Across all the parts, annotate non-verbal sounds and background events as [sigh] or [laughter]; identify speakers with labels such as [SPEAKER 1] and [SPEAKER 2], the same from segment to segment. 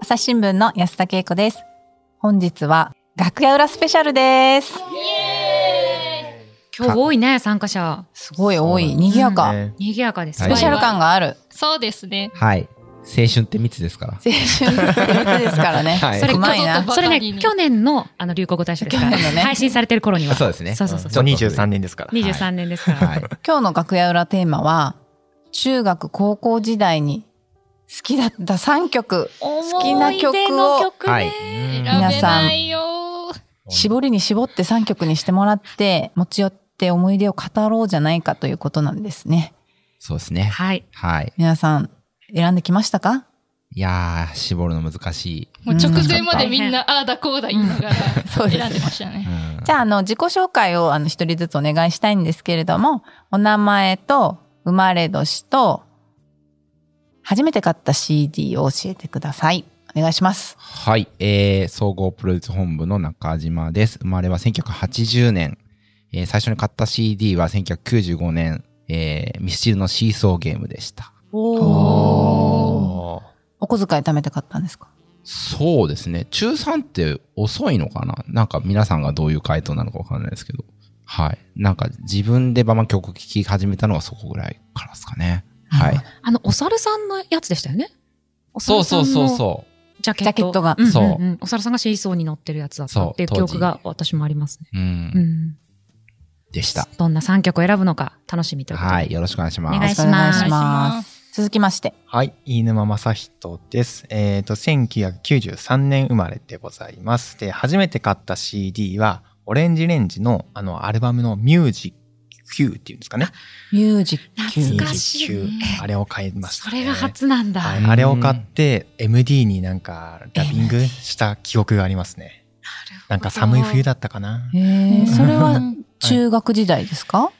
[SPEAKER 1] 朝日新聞の安田恵子です。本日は楽屋裏スペシャルです。
[SPEAKER 2] 今日多いね参加者
[SPEAKER 1] すごい多い、
[SPEAKER 3] そうなんですね
[SPEAKER 1] 賑やか、
[SPEAKER 3] ね
[SPEAKER 2] 賑やかです
[SPEAKER 1] ス
[SPEAKER 2] ね
[SPEAKER 1] ペシャル感がある。
[SPEAKER 4] そうですね。
[SPEAKER 3] はい。青春って密ですから。
[SPEAKER 1] 青春ってやつですからね。
[SPEAKER 3] はい
[SPEAKER 2] それ
[SPEAKER 1] うまい
[SPEAKER 4] ちょ
[SPEAKER 1] な
[SPEAKER 4] っと。
[SPEAKER 2] それ
[SPEAKER 4] ばかり
[SPEAKER 2] ね
[SPEAKER 4] に
[SPEAKER 2] 去年のあの流行語大賞ですから、
[SPEAKER 1] 去年のね
[SPEAKER 2] 配信されてる頃には
[SPEAKER 3] そうですね
[SPEAKER 2] そうそうそう
[SPEAKER 3] ちょっと
[SPEAKER 5] 23年ですから。
[SPEAKER 2] 二十三年ですから、
[SPEAKER 3] はい。
[SPEAKER 1] 今日の楽屋裏テーマは、中学高校時代に好きだった3曲、好きな曲を
[SPEAKER 3] はい。
[SPEAKER 4] 選
[SPEAKER 1] 皆
[SPEAKER 4] べ
[SPEAKER 1] さん
[SPEAKER 4] ないよ。
[SPEAKER 1] 絞りに絞って3曲にしてもらって、持ち寄って思い出を語ろうじゃないかということなんですね。
[SPEAKER 3] そうですね。
[SPEAKER 2] はい
[SPEAKER 3] はい。
[SPEAKER 1] 皆さん、選んできましたか
[SPEAKER 3] いやー、絞るの難しい。
[SPEAKER 4] もう直前までみん
[SPEAKER 2] う
[SPEAKER 4] な、ああだこうだ言いながら
[SPEAKER 1] そうですね
[SPEAKER 4] 選んでました
[SPEAKER 3] う
[SPEAKER 4] ね。
[SPEAKER 3] ん
[SPEAKER 1] じゃあ、あの、自己紹介を、あの、一人ずつお願いしたいんですけれども、お名前と、生まれ年と、初めて買った CD を教えてください。お願いします。
[SPEAKER 3] はい、えー、総合プロデュース本部の中島です。生まれは1980年。えー最初に買った CD は1995年、えーミスチルのシーソーゲームでした。
[SPEAKER 2] おお
[SPEAKER 5] おー
[SPEAKER 1] お小遣い貯めて買ったんですか
[SPEAKER 3] そうですね。中3って遅いのかななんか皆さんがどういう回答なのかわかんないですけど。はい。なんか自分でバマ曲聴き始めたのはそこぐらいからですかね。はい。
[SPEAKER 2] あのお猿さんのやつでしたよねお
[SPEAKER 3] そう
[SPEAKER 2] 猿さん
[SPEAKER 3] そう
[SPEAKER 2] の
[SPEAKER 3] そうそう
[SPEAKER 2] ジャケット
[SPEAKER 1] ジャケットが
[SPEAKER 2] うんうんうん
[SPEAKER 3] そう
[SPEAKER 2] お猿さんがシーソーに乗ってるやつだった
[SPEAKER 3] そう
[SPEAKER 2] っていう記
[SPEAKER 3] 当時
[SPEAKER 2] 憶が私もありますね、
[SPEAKER 3] う。う。
[SPEAKER 2] うんん、
[SPEAKER 3] でした。
[SPEAKER 2] どんな三曲を選ぶのか楽しみということで、
[SPEAKER 3] はい。よろしくお願いしま
[SPEAKER 2] お願い
[SPEAKER 3] す。
[SPEAKER 2] します
[SPEAKER 1] お願いしま。
[SPEAKER 4] お願いします
[SPEAKER 1] 続きまして、
[SPEAKER 5] はい、飯沼正人です。えっ、と、1993年生まれでございます。で、初めて買った CD は、オレンジレンジの、あの、アルバムのミュージック Q っていうんですかね。
[SPEAKER 1] ミュージック。
[SPEAKER 2] 懐かしい
[SPEAKER 5] ミュージック Q あれを買いまし
[SPEAKER 2] そ
[SPEAKER 5] た、ね。
[SPEAKER 2] れが初なんだ、
[SPEAKER 5] は、
[SPEAKER 2] ないる
[SPEAKER 5] あれを買って、MD になんか、ダビングした記憶がありますね。
[SPEAKER 2] ほど
[SPEAKER 5] なんか寒い冬だったかな。
[SPEAKER 1] えー、それ
[SPEAKER 5] う
[SPEAKER 1] は
[SPEAKER 4] ん
[SPEAKER 1] 中学時代ですか、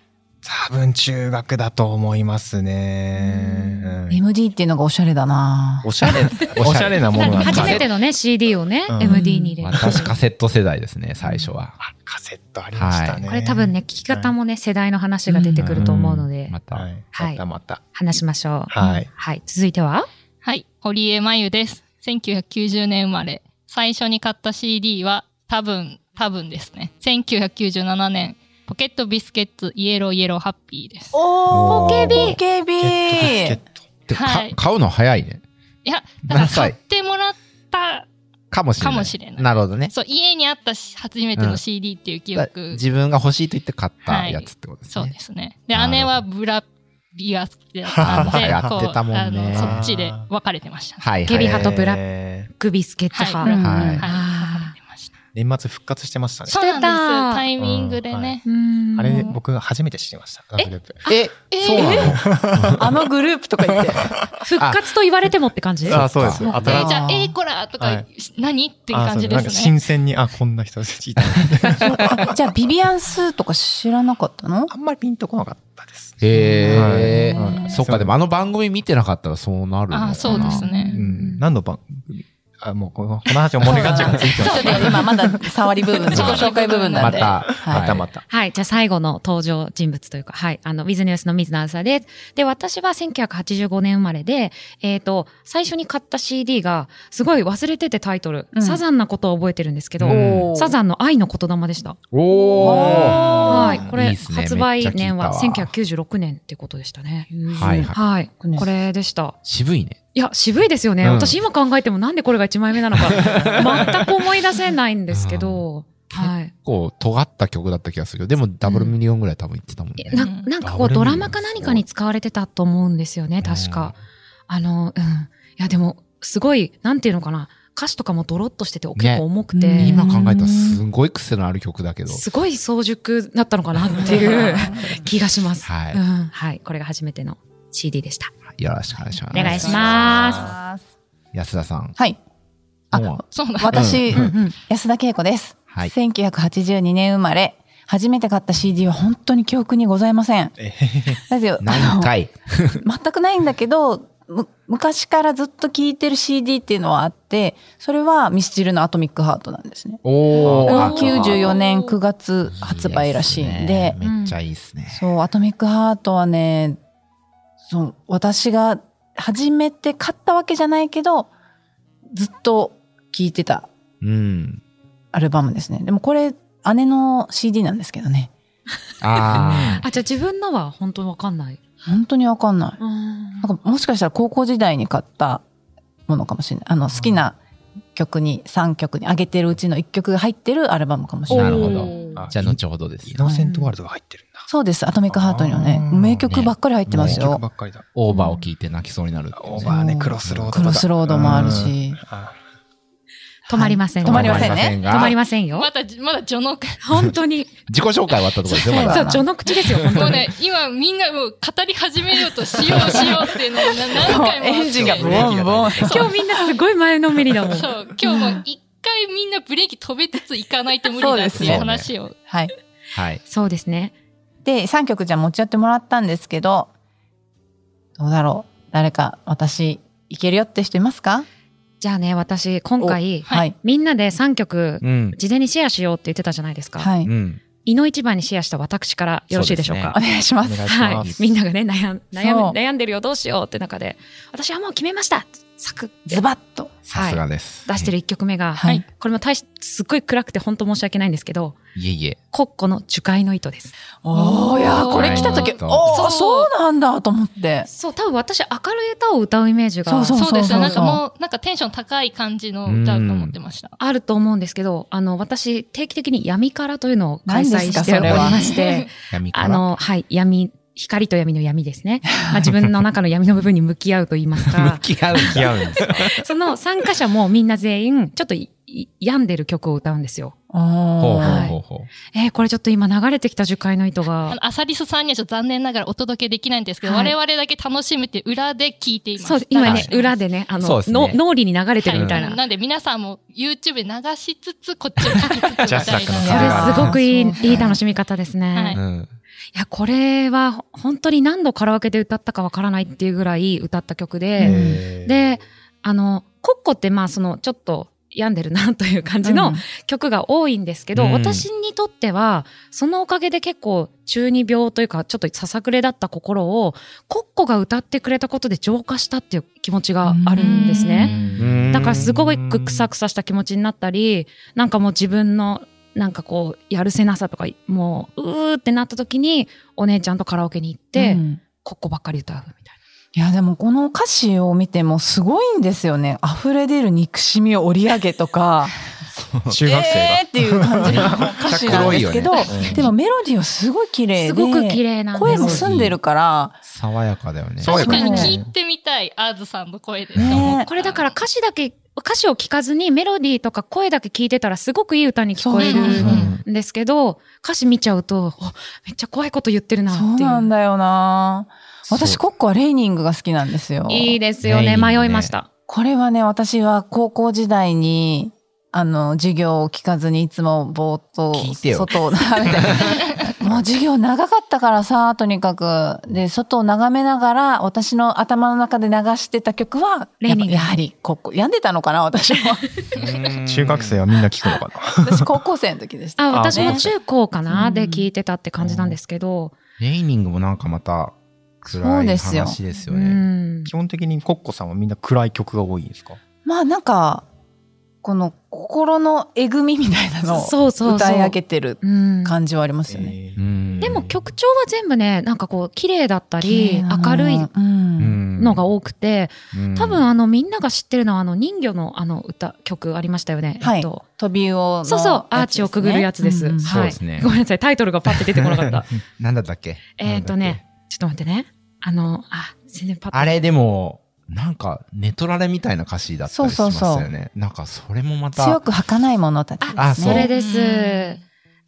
[SPEAKER 5] 多分中学だと思いますね。うん
[SPEAKER 1] ?MD っていうのがおしゃれだな
[SPEAKER 5] おしゃれ、おしゃれなものなん
[SPEAKER 2] 初
[SPEAKER 5] だ
[SPEAKER 2] めてのね CD をね、
[SPEAKER 5] うん
[SPEAKER 2] MD に入れる
[SPEAKER 3] 私カセット世代ですね、最初は。
[SPEAKER 5] あカセットありましたね。
[SPEAKER 2] これ多分ね、聞き方もね、世代の話が出てくると思うので、
[SPEAKER 3] また。
[SPEAKER 5] はい。
[SPEAKER 2] はい
[SPEAKER 5] またまた。
[SPEAKER 2] 話しましょう。
[SPEAKER 5] はい。
[SPEAKER 2] はい。続いては
[SPEAKER 4] はい。堀江真由です。1990年生まれ。最初に買った CD は、多分、多分ですね。1997年、ポケットビスケッツイエローイエローハッピーです。
[SPEAKER 1] お
[SPEAKER 3] おーポケビ
[SPEAKER 1] ポケビ
[SPEAKER 5] ゲットビスケット
[SPEAKER 3] でか
[SPEAKER 4] はい
[SPEAKER 3] 買うの早いね。
[SPEAKER 4] いや、だか
[SPEAKER 3] 何
[SPEAKER 4] ら買っ
[SPEAKER 3] 歳
[SPEAKER 4] てもらった、
[SPEAKER 3] かもしれない。
[SPEAKER 4] かもしれない
[SPEAKER 3] なるほどね。
[SPEAKER 4] そう、家にあったし初めての CD っていう記
[SPEAKER 3] だ
[SPEAKER 4] 憶。
[SPEAKER 3] 自分が欲しいと言って買ったやつってことです
[SPEAKER 4] そう
[SPEAKER 3] ね
[SPEAKER 4] で。すね。で、
[SPEAKER 3] なるほど
[SPEAKER 4] 姉はブラビア
[SPEAKER 3] [laughs]
[SPEAKER 4] ってやったんで、
[SPEAKER 3] やってたもんね
[SPEAKER 4] こうあのそっちで分かれてましたね。
[SPEAKER 3] はいはい。
[SPEAKER 2] ゲリハとブラ
[SPEAKER 5] えー
[SPEAKER 2] グビスケッツ
[SPEAKER 4] は
[SPEAKER 2] 派。
[SPEAKER 4] い、
[SPEAKER 1] うん
[SPEAKER 3] は
[SPEAKER 4] は
[SPEAKER 3] い
[SPEAKER 4] い、分か
[SPEAKER 2] あ
[SPEAKER 4] れてました。
[SPEAKER 5] 年末復活してましたね。
[SPEAKER 2] そ
[SPEAKER 4] そうう
[SPEAKER 2] な
[SPEAKER 4] なんん
[SPEAKER 2] で
[SPEAKER 4] ですす
[SPEAKER 2] よタ
[SPEAKER 4] タ
[SPEAKER 2] イ
[SPEAKER 4] イ
[SPEAKER 5] ミ
[SPEAKER 4] ミ
[SPEAKER 5] ン
[SPEAKER 4] ン
[SPEAKER 5] グ
[SPEAKER 4] グ
[SPEAKER 5] で
[SPEAKER 4] で
[SPEAKER 5] ね
[SPEAKER 4] ね。
[SPEAKER 2] ーうん
[SPEAKER 5] あれ、僕初めて知りました。あのグループ。
[SPEAKER 3] え、
[SPEAKER 4] えー
[SPEAKER 3] そうなの
[SPEAKER 1] あのグループとか言って。
[SPEAKER 2] 復活と言われてもって感じ
[SPEAKER 3] あ
[SPEAKER 5] そうです。
[SPEAKER 1] そう
[SPEAKER 4] え
[SPEAKER 1] か
[SPEAKER 5] 新しい
[SPEAKER 4] ーじゃあ、えー、こらとか、
[SPEAKER 5] はい
[SPEAKER 4] 何っていう感じで
[SPEAKER 5] あそうなんか
[SPEAKER 4] すね。
[SPEAKER 5] 新鮮に、あ、こんな人たちいた。
[SPEAKER 1] じゃあ、ビビアンスーとか知らなかったの
[SPEAKER 5] あんまりピンとこなかったです。
[SPEAKER 3] へえ、
[SPEAKER 5] はい
[SPEAKER 3] そっか、でもあの番組見てなかったらそうなるのかな
[SPEAKER 4] あそうですね
[SPEAKER 3] う
[SPEAKER 5] うんん。何の番組あ、もうこのこの話を盛りがちがついてま
[SPEAKER 1] ちょ
[SPEAKER 5] す
[SPEAKER 1] っ。と今まだ触り部分、自己紹介部分な
[SPEAKER 3] ま
[SPEAKER 1] んで。
[SPEAKER 3] た、
[SPEAKER 1] はい
[SPEAKER 5] またまた。
[SPEAKER 2] はい。じゃあ最後の登場人物というか、はい。あの、ウィズニュースの水野あさです。で、私は1985年生まれで、えっ、と、最初に買った CD が、すごい忘れててタイトル、
[SPEAKER 1] うん
[SPEAKER 2] サザンなことを覚えてるんですけど、
[SPEAKER 3] うん
[SPEAKER 2] サザンの愛の言霊でした。
[SPEAKER 3] おー
[SPEAKER 2] はい。こ
[SPEAKER 3] いい
[SPEAKER 2] れ、
[SPEAKER 3] っすね
[SPEAKER 2] 発売年は
[SPEAKER 3] めっちゃ聞いたわ
[SPEAKER 2] 1996年ってことでしたね。
[SPEAKER 3] はいはい。
[SPEAKER 2] はい
[SPEAKER 1] これ。
[SPEAKER 2] これでした。
[SPEAKER 3] 渋いね。
[SPEAKER 2] いや、渋いですよね。
[SPEAKER 3] うん
[SPEAKER 2] 私今考えてもなんでこれが1枚目なのか、全く思い出せないんですけど、はい。
[SPEAKER 3] こう、尖った曲だった気がするけど、でもダブルミリオンぐらい多分言ってたもんね。
[SPEAKER 2] えななんかこう
[SPEAKER 3] ダブルミリオン
[SPEAKER 2] ドラマか何かに使われてたと思うんですよね、確か。あの、うん。いや、でも、すごい、なんていうのかな。歌詞とかもドロッとしてて結構重くて、
[SPEAKER 1] ね
[SPEAKER 3] 今考えたらすごい癖のある曲だけど。
[SPEAKER 2] すごい早熟だったのかなっていう気がします。
[SPEAKER 3] はい
[SPEAKER 2] うん。はい。これが初めての CD でした。
[SPEAKER 3] よろしくお願いします。
[SPEAKER 2] お願いします。
[SPEAKER 1] は
[SPEAKER 3] 安田さん。
[SPEAKER 1] い。あ
[SPEAKER 3] もう
[SPEAKER 4] そうなんです。
[SPEAKER 1] 私、
[SPEAKER 3] うん
[SPEAKER 2] うん。
[SPEAKER 1] 安田恵子です。
[SPEAKER 3] はい
[SPEAKER 1] 1982年生まれ。初めて買った CD は本当に記憶にございません。
[SPEAKER 5] えへへ
[SPEAKER 1] だけど、
[SPEAKER 3] 何
[SPEAKER 1] あ
[SPEAKER 3] 回
[SPEAKER 1] の全くないんだけど、む昔からずっと聴いてる CD っていうのはあって、それはミスチルのアトミックハートなんですね。
[SPEAKER 2] う
[SPEAKER 3] お
[SPEAKER 2] ん
[SPEAKER 3] ー、あ
[SPEAKER 1] 94年9月発売らしいんで、
[SPEAKER 3] いいっすねめっちゃいいっすね。
[SPEAKER 1] そう、アトミックハートはね、そう、私が初めて買ったわけじゃないけど、ずっと聴いてた
[SPEAKER 3] うん。
[SPEAKER 1] アルバムですね。でもこれ、姉の CD なんですけどね。
[SPEAKER 3] あ
[SPEAKER 2] あ、じゃあ自分のは本当にわかんない。
[SPEAKER 1] 本当にわかんない。
[SPEAKER 2] うん
[SPEAKER 1] なんかもしかしたら高校時代に買ったものかもしれない。あの、好きな曲に、3曲に上げてるうちの1曲が入ってるアルバムかもしれない。
[SPEAKER 3] なるほど
[SPEAKER 2] おー
[SPEAKER 3] あ。じゃあ後ほどです
[SPEAKER 5] イ
[SPEAKER 3] ね。
[SPEAKER 5] ノセントワールドが入ってるんだ。
[SPEAKER 1] そうです。アトミックハートにはね、
[SPEAKER 5] あー
[SPEAKER 1] 名曲ばっかり入ってます
[SPEAKER 5] 名曲
[SPEAKER 1] よ。
[SPEAKER 5] ばっかりだ。
[SPEAKER 3] オーバーを聞いて泣きそうになるっていうね。
[SPEAKER 5] オーバーね、クロスロードとか。
[SPEAKER 1] クロスロードもあるし。
[SPEAKER 5] あ
[SPEAKER 2] 止まりません。
[SPEAKER 1] 止まりませんね
[SPEAKER 3] が
[SPEAKER 2] 止まりませんよ
[SPEAKER 4] ま。だ、まだ序の口、
[SPEAKER 2] 本当 [laughs] に。
[SPEAKER 3] 自己紹介終わったところですよ、
[SPEAKER 1] そ
[SPEAKER 3] ま
[SPEAKER 1] うだ
[SPEAKER 2] そ
[SPEAKER 3] だ。
[SPEAKER 2] う、序の口ですよ、本
[SPEAKER 4] も
[SPEAKER 2] 当
[SPEAKER 4] う
[SPEAKER 2] に。
[SPEAKER 4] ね、今みんなもう語り始めようとしようしようっていうのをな何回もあって。
[SPEAKER 1] エンジンがブ
[SPEAKER 5] ー
[SPEAKER 1] オンブオン。
[SPEAKER 2] 今日みんなすごい前のめりだもん。
[SPEAKER 4] そう、今日も一回みんなブレーキ飛べつつ行かないと無理だっていう話を。
[SPEAKER 1] はい。
[SPEAKER 3] はい。
[SPEAKER 2] そうですね。
[SPEAKER 1] で、3曲じゃあ持ち寄ってもらったんですけど、どうだろう。誰か私、いけるよって人いますか
[SPEAKER 2] じゃあね、私、今回、
[SPEAKER 1] はい。
[SPEAKER 2] みんなで3曲、
[SPEAKER 3] うん。
[SPEAKER 2] 事前にシェアしようって言ってたじゃないですか。
[SPEAKER 1] は
[SPEAKER 3] う
[SPEAKER 1] い。
[SPEAKER 3] ん。
[SPEAKER 2] 胃の一番にシェアした私からよろしいでしょうか
[SPEAKER 1] お。願いしま
[SPEAKER 5] お
[SPEAKER 1] す。
[SPEAKER 5] 願いし
[SPEAKER 2] は
[SPEAKER 5] ま
[SPEAKER 2] い。
[SPEAKER 5] す。
[SPEAKER 2] みんながね、悩ん悩
[SPEAKER 1] そう
[SPEAKER 2] む悩んでるよ、どうしようって中で、私はもう決めましたサクッ
[SPEAKER 1] ズバッと。
[SPEAKER 3] さすがです。
[SPEAKER 2] 出してる1曲目が、
[SPEAKER 1] はい
[SPEAKER 2] これも大し、すっごい暗くて本当申し訳ないんですけど、
[SPEAKER 3] いえいえ。
[SPEAKER 2] コッコの樹海の糸です。
[SPEAKER 1] おー、いやー、これ来た時、
[SPEAKER 3] はい
[SPEAKER 1] お
[SPEAKER 4] そ
[SPEAKER 1] ー、
[SPEAKER 4] う
[SPEAKER 1] そうなんだと思って。
[SPEAKER 2] そう、多分私明るい歌を歌うイメージ
[SPEAKER 1] そう
[SPEAKER 2] が
[SPEAKER 1] そう
[SPEAKER 4] そうですね。なんかもう、なんかテンション高い感じの歌と思ってました。
[SPEAKER 2] あると思うんですけど、あの、私定期的に闇からというのを開
[SPEAKER 1] 何で
[SPEAKER 2] 催
[SPEAKER 1] すか
[SPEAKER 2] してお
[SPEAKER 1] そ
[SPEAKER 2] り
[SPEAKER 1] れは
[SPEAKER 2] まして、
[SPEAKER 3] 闇か
[SPEAKER 2] [laughs]
[SPEAKER 3] ら。
[SPEAKER 2] あの、はい、闇、光と闇の闇ですね。まあ、自分の中の闇の部分に向き合うと言いますか
[SPEAKER 3] 向、き合うん
[SPEAKER 5] 付き
[SPEAKER 3] だ。
[SPEAKER 5] 合うんですか。
[SPEAKER 2] その参加者もみんな全員、ちょっといい病んでる曲を歌うんですよ。
[SPEAKER 1] お
[SPEAKER 3] ほう
[SPEAKER 1] ー。
[SPEAKER 3] ほうほうほう。
[SPEAKER 2] えーこれちょっと今流れてきた樹海の糸
[SPEAKER 4] あ
[SPEAKER 2] が、
[SPEAKER 4] のアサリスさんにはちょっと残念ながらお届けできないんですけど、
[SPEAKER 2] はい
[SPEAKER 4] 我々だけ楽しめて裏で聞いています。
[SPEAKER 2] そう、今ね
[SPEAKER 4] 楽し、んます
[SPEAKER 2] 裏でね、あ
[SPEAKER 3] そう
[SPEAKER 2] の
[SPEAKER 3] ですね
[SPEAKER 2] の脳裏に流れてるみたいな。
[SPEAKER 4] は
[SPEAKER 2] そ
[SPEAKER 4] なんで皆さんも YouTube で流しつつ、こっちを聞きつつみ
[SPEAKER 5] ジャス
[SPEAKER 4] た
[SPEAKER 5] ラッ
[SPEAKER 4] い
[SPEAKER 5] クの
[SPEAKER 1] そ
[SPEAKER 2] れ
[SPEAKER 4] な。
[SPEAKER 2] すごく
[SPEAKER 1] あー
[SPEAKER 2] いい
[SPEAKER 1] そう、そう
[SPEAKER 2] いい楽しみ方ですね。
[SPEAKER 4] はいい
[SPEAKER 3] うん。
[SPEAKER 2] や、これはほ本当に何度カラオケで歌ったかわからないっていうぐらい歌った曲で、で、あの、コッコってまあそのちょっと病んでるなという感じの曲が多いんですけど、
[SPEAKER 3] うん
[SPEAKER 2] 私にとっては、そのおかげで結構中二病というかちょっとささくれだった心を、コッコが歌ってくれたことで浄化したっていう気持ちがあるんですね。
[SPEAKER 3] うん
[SPEAKER 2] だからすごくくさくさした気持ちになったり、なんかもう自分の、なんかこう、やるせなさとか、もう、うーってなった時に、お姉ちゃんとカラオケに行っ
[SPEAKER 1] で、
[SPEAKER 2] て、
[SPEAKER 1] うん
[SPEAKER 2] ここばっかり歌うみたい
[SPEAKER 1] いや、でもこの歌詞を見てもすごいんですよね。溢れ出る憎しみを織り上げとか、
[SPEAKER 5] [laughs] 中学
[SPEAKER 1] え
[SPEAKER 5] 生
[SPEAKER 1] ーっていう感じの歌詞なんですけど、
[SPEAKER 3] めっちゃ黒いよねうん
[SPEAKER 1] でもメロディーはすごい綺麗
[SPEAKER 2] な。
[SPEAKER 1] で、
[SPEAKER 2] すごく綺麗なんで
[SPEAKER 1] 声
[SPEAKER 2] す。
[SPEAKER 1] も澄んでるから、
[SPEAKER 3] 爽やかだよね。
[SPEAKER 5] 爽や
[SPEAKER 4] 確
[SPEAKER 5] か
[SPEAKER 4] かに
[SPEAKER 1] ね
[SPEAKER 4] 聞いてみたい、アーズさんの声で。
[SPEAKER 1] ね
[SPEAKER 2] これだから歌詞だけ、歌詞を聞かずにメロディーとか声だけ聞いてたらすごくいい歌に聞こえ
[SPEAKER 4] そう
[SPEAKER 2] る
[SPEAKER 4] そうそ
[SPEAKER 2] んですけど、歌詞見ちゃうと、おめっちゃ怖いこと言ってるなってい。
[SPEAKER 1] そううなんだよな私
[SPEAKER 3] そう
[SPEAKER 1] コッコはレーニングが好きなんですよ。
[SPEAKER 2] いいですよね。
[SPEAKER 3] ねいいね
[SPEAKER 2] 迷いました。
[SPEAKER 1] これはね、私は高校時代に、あの、授業を聞かずにいつもぼーっと
[SPEAKER 3] 聞いてよ
[SPEAKER 1] 外を [laughs] 眺めて。もう授業長かったからさ、とにかく。で、外を眺めながら、私の頭の中で流してた曲は、
[SPEAKER 2] レーニング
[SPEAKER 1] やっぱやはり、ここ、病んでたのかな、私
[SPEAKER 2] [laughs]
[SPEAKER 1] も。
[SPEAKER 3] うん
[SPEAKER 5] 中学生はみんな聞くのかな。 [laughs]
[SPEAKER 1] 私、高校生の時でした。
[SPEAKER 2] あ、
[SPEAKER 5] あ
[SPEAKER 2] 私も
[SPEAKER 5] ね
[SPEAKER 2] 中高かな、
[SPEAKER 1] うん
[SPEAKER 2] で聞いてたって感じなんですけど、
[SPEAKER 3] レイニングもなんかまた
[SPEAKER 1] そ
[SPEAKER 3] 暗
[SPEAKER 1] う
[SPEAKER 3] い
[SPEAKER 1] ですよ
[SPEAKER 3] 話です
[SPEAKER 2] う
[SPEAKER 3] よね。
[SPEAKER 2] ん
[SPEAKER 5] 基本的にコッコさんはみんな暗い曲が多いんですか
[SPEAKER 1] まあ、なんか、この心のえぐみみたいなのを
[SPEAKER 2] そうそうそう
[SPEAKER 1] 歌い上げてる
[SPEAKER 2] うん
[SPEAKER 1] 感じはありますよね。
[SPEAKER 5] え
[SPEAKER 3] う
[SPEAKER 5] ー
[SPEAKER 3] ん
[SPEAKER 2] でも曲調は全部ね、なんかこう、綺麗だったり、明
[SPEAKER 1] 綺
[SPEAKER 2] るい
[SPEAKER 1] 麗なうん
[SPEAKER 2] のが多くて、多分
[SPEAKER 3] あ
[SPEAKER 2] あの、みんなが知ってるのは、あの、人魚のあの歌、曲ありましたよね。
[SPEAKER 1] はい
[SPEAKER 2] えっと、
[SPEAKER 1] 飛び魚のやつ
[SPEAKER 2] そ
[SPEAKER 1] ですね、
[SPEAKER 2] うそう、アーチをくぐるやつです。
[SPEAKER 1] うんうん
[SPEAKER 3] そう
[SPEAKER 2] は
[SPEAKER 3] で
[SPEAKER 2] い
[SPEAKER 3] すね。
[SPEAKER 2] ごめんなさい、タイトルがパッて出てこなかった。
[SPEAKER 3] [laughs] なんだったっけ
[SPEAKER 2] えっとね、ちょっと待ってね。あの、あ、全然パッと。
[SPEAKER 3] あれでもなんかネトラレみたいな歌詞だったりし
[SPEAKER 1] そうそう
[SPEAKER 3] ます
[SPEAKER 1] そう
[SPEAKER 3] よねなんかそれもま
[SPEAKER 1] 強
[SPEAKER 3] た
[SPEAKER 1] く儚い者たちですね。
[SPEAKER 2] あ、それで
[SPEAKER 4] う
[SPEAKER 2] す。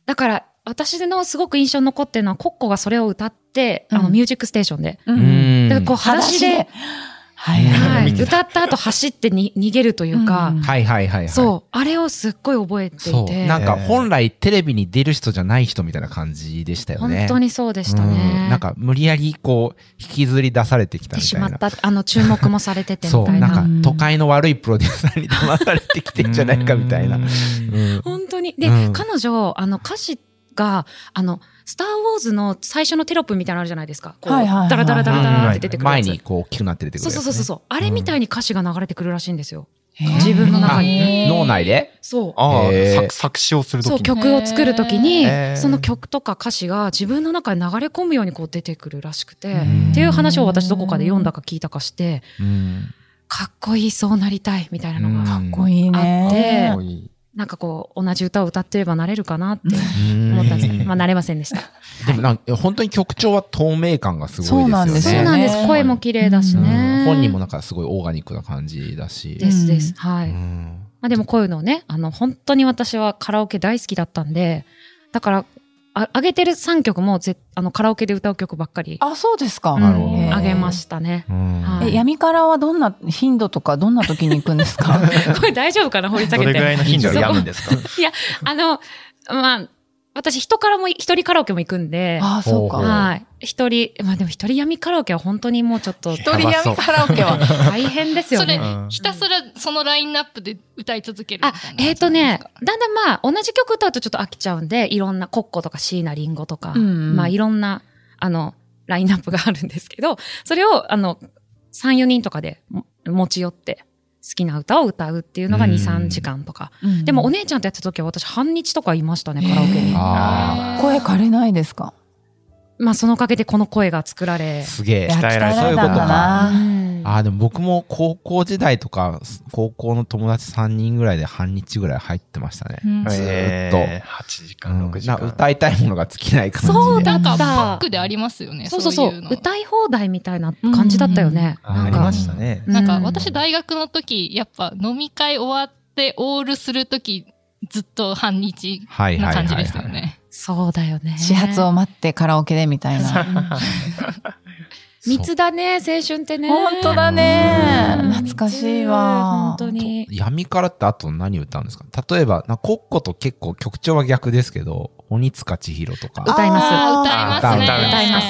[SPEAKER 2] だから、私のすごく印象に残ってるのは、コッコがそれを歌って、あ
[SPEAKER 1] う
[SPEAKER 2] の、
[SPEAKER 1] ん
[SPEAKER 2] ミュージックステーションで。
[SPEAKER 1] う。
[SPEAKER 3] うんん
[SPEAKER 2] でこう、裸足で、。
[SPEAKER 1] はい
[SPEAKER 2] は
[SPEAKER 1] はい
[SPEAKER 2] い、歌った後走ってに逃げるというか、
[SPEAKER 1] うん
[SPEAKER 3] はいはいはいはい
[SPEAKER 2] そう、あれをすっごい覚えてい
[SPEAKER 3] そう
[SPEAKER 2] て、
[SPEAKER 3] なんか本来テレビに出る人じゃない人みたいな感じでしたよね
[SPEAKER 2] 本当にそうでしたね。
[SPEAKER 3] うんなんか無理やりこう引きずり出されてきた
[SPEAKER 2] て
[SPEAKER 3] み
[SPEAKER 2] したま
[SPEAKER 3] い
[SPEAKER 2] っ
[SPEAKER 3] な
[SPEAKER 2] た、あの、注目もされててみ
[SPEAKER 3] そう
[SPEAKER 2] たいな。
[SPEAKER 3] なんか都会の悪いプロデューサーに騙されてきてんじゃないかみたいな
[SPEAKER 5] う
[SPEAKER 3] うん
[SPEAKER 2] 本当に。で、
[SPEAKER 3] うん
[SPEAKER 2] 彼女、あの、歌詞が、あの、スター・ウォーズの最初のテロップみたいなのあるじゃないですか。こう、
[SPEAKER 1] はいはいはい
[SPEAKER 2] ダラダラダラダラって出てくるや
[SPEAKER 3] 前
[SPEAKER 2] つ。
[SPEAKER 3] にこう大きくなって出てくる
[SPEAKER 2] そ
[SPEAKER 3] や
[SPEAKER 2] う
[SPEAKER 3] つ
[SPEAKER 2] そ
[SPEAKER 3] ね
[SPEAKER 2] うそうそう。あれみたいに歌詞が流れてくるらしいんですよ。自分の中
[SPEAKER 4] へ
[SPEAKER 2] に。
[SPEAKER 4] ー
[SPEAKER 3] 脳内で
[SPEAKER 2] そう。
[SPEAKER 5] ああ、
[SPEAKER 3] へー
[SPEAKER 5] 作作詞をすると
[SPEAKER 2] そう
[SPEAKER 5] きに。
[SPEAKER 2] 曲を作るときに
[SPEAKER 5] へー
[SPEAKER 2] その曲とか歌詞が自分の中に流れ込むようにこう出てくるらしくて、
[SPEAKER 3] ん
[SPEAKER 2] っていう話を私どこかで読んだか聞いたかして
[SPEAKER 5] うん
[SPEAKER 2] かっこいいそうなりたいみたいなのが、
[SPEAKER 3] う
[SPEAKER 1] かっ
[SPEAKER 3] ん
[SPEAKER 1] こいいね。
[SPEAKER 2] で
[SPEAKER 5] かっこいい
[SPEAKER 2] なんかこう同じ歌を歌ってればなれるかなって
[SPEAKER 3] うん
[SPEAKER 2] 思ったんですけど、まあなれませんでした。
[SPEAKER 3] でもなんか本当に曲調は透明感がすごいですよね。
[SPEAKER 1] そうなんです
[SPEAKER 2] そう
[SPEAKER 1] よね
[SPEAKER 2] なんです声も綺麗だし
[SPEAKER 3] う
[SPEAKER 2] ね
[SPEAKER 3] ん。本人もなんかすごいオーガニックな感じだし。
[SPEAKER 2] ですです、は
[SPEAKER 3] う
[SPEAKER 2] い。
[SPEAKER 3] ん
[SPEAKER 2] まあでもこういうのをね、あの、本当に私はカラオケ大好きだったんで、だから、あ上げてる3曲もぜあのカラオケで歌う曲ばっかり、
[SPEAKER 1] あ、そうですか。
[SPEAKER 2] うん
[SPEAKER 3] なるほど
[SPEAKER 1] へー
[SPEAKER 2] 上げましたね。
[SPEAKER 3] うん
[SPEAKER 2] は
[SPEAKER 1] え、闇からはどんな頻度とかどんな時に行くんです
[SPEAKER 3] [laughs]
[SPEAKER 1] か
[SPEAKER 2] これ大丈夫かな掘り下
[SPEAKER 5] ど
[SPEAKER 2] げ
[SPEAKER 5] れぐ
[SPEAKER 2] て。
[SPEAKER 5] らいの頻度でやるんです
[SPEAKER 2] [laughs]
[SPEAKER 5] か
[SPEAKER 2] あの、まあ、私人からも、一人カラオケも行くんで、
[SPEAKER 1] あ、そう
[SPEAKER 3] ほうほう
[SPEAKER 1] か。
[SPEAKER 2] はい。一人、まあでも一人闇カラオケは本当にもうちょっと
[SPEAKER 1] 一人闇カラオケは。
[SPEAKER 2] 大変ですよ
[SPEAKER 4] それ
[SPEAKER 2] ね。
[SPEAKER 5] うん
[SPEAKER 4] ひたすらそのラインナップで歌い続けるみ
[SPEAKER 2] あ
[SPEAKER 4] たいな感、じ
[SPEAKER 2] え
[SPEAKER 4] なん
[SPEAKER 2] っ、
[SPEAKER 4] ですか
[SPEAKER 2] とね、だんだんまあ、同じ曲歌うとちょっと飽きちゃうんで、いろんな、コッコとかシーナリンゴとか、
[SPEAKER 1] うんうん
[SPEAKER 2] まあ、いろんな、あの、ラインナップがあるんですけど、それを、あの、3、4人とかでも持ち寄って、好きな歌を歌うっていうのが2、
[SPEAKER 3] う
[SPEAKER 2] 3
[SPEAKER 3] ん
[SPEAKER 2] 時間とか。
[SPEAKER 1] うん
[SPEAKER 2] でも、お姉ちゃんとやってた時は私、半日とかいましたね、カラオケに。
[SPEAKER 3] あ
[SPEAKER 4] あー
[SPEAKER 1] 声枯れないですか
[SPEAKER 2] まあ、そのおかげでこの声が作ら
[SPEAKER 3] ー
[SPEAKER 2] れ、
[SPEAKER 3] すげえ。
[SPEAKER 5] 鍛えられた
[SPEAKER 1] いや鍛えられたんだ
[SPEAKER 2] う
[SPEAKER 1] な。
[SPEAKER 2] ん
[SPEAKER 3] あーでも僕も高校時代とか、高校の友達3人ぐらいで半日ぐらい入ってましたね。
[SPEAKER 4] うん
[SPEAKER 3] ずーっと
[SPEAKER 5] えー8時間、6時
[SPEAKER 3] な
[SPEAKER 5] 間。
[SPEAKER 3] 歌いたいものが尽きない感じで。
[SPEAKER 2] そうだ
[SPEAKER 4] な
[SPEAKER 2] っ
[SPEAKER 4] ん
[SPEAKER 2] た
[SPEAKER 4] かパックでありますよね。
[SPEAKER 2] そうそうそう
[SPEAKER 4] いの
[SPEAKER 2] 歌い放題みたいな感じだったよね。
[SPEAKER 5] あ
[SPEAKER 2] な
[SPEAKER 5] あ
[SPEAKER 2] ん
[SPEAKER 5] り
[SPEAKER 2] か
[SPEAKER 5] ま、したね。
[SPEAKER 2] う
[SPEAKER 4] なんか
[SPEAKER 2] うん
[SPEAKER 4] 私大学の時、やっぱ飲み会終わってオールする時、ずっと半日
[SPEAKER 3] はい
[SPEAKER 4] な
[SPEAKER 3] はいはい
[SPEAKER 4] 感じ
[SPEAKER 3] はい
[SPEAKER 4] でしたよね。
[SPEAKER 2] そうだよね。
[SPEAKER 1] 始発を待ってカラオケでみたいな。
[SPEAKER 3] そう
[SPEAKER 2] 密だね、青春ってね。
[SPEAKER 1] 本当だね。懐かしいわ。
[SPEAKER 2] 本当に。
[SPEAKER 3] 闇からってあと何歌うんですか例えば、なコッコと結構曲調は逆ですけど、鬼塚千尋とか。
[SPEAKER 2] 歌います
[SPEAKER 4] あ
[SPEAKER 5] あ
[SPEAKER 4] ー歌いますね。
[SPEAKER 5] 歌う歌
[SPEAKER 2] います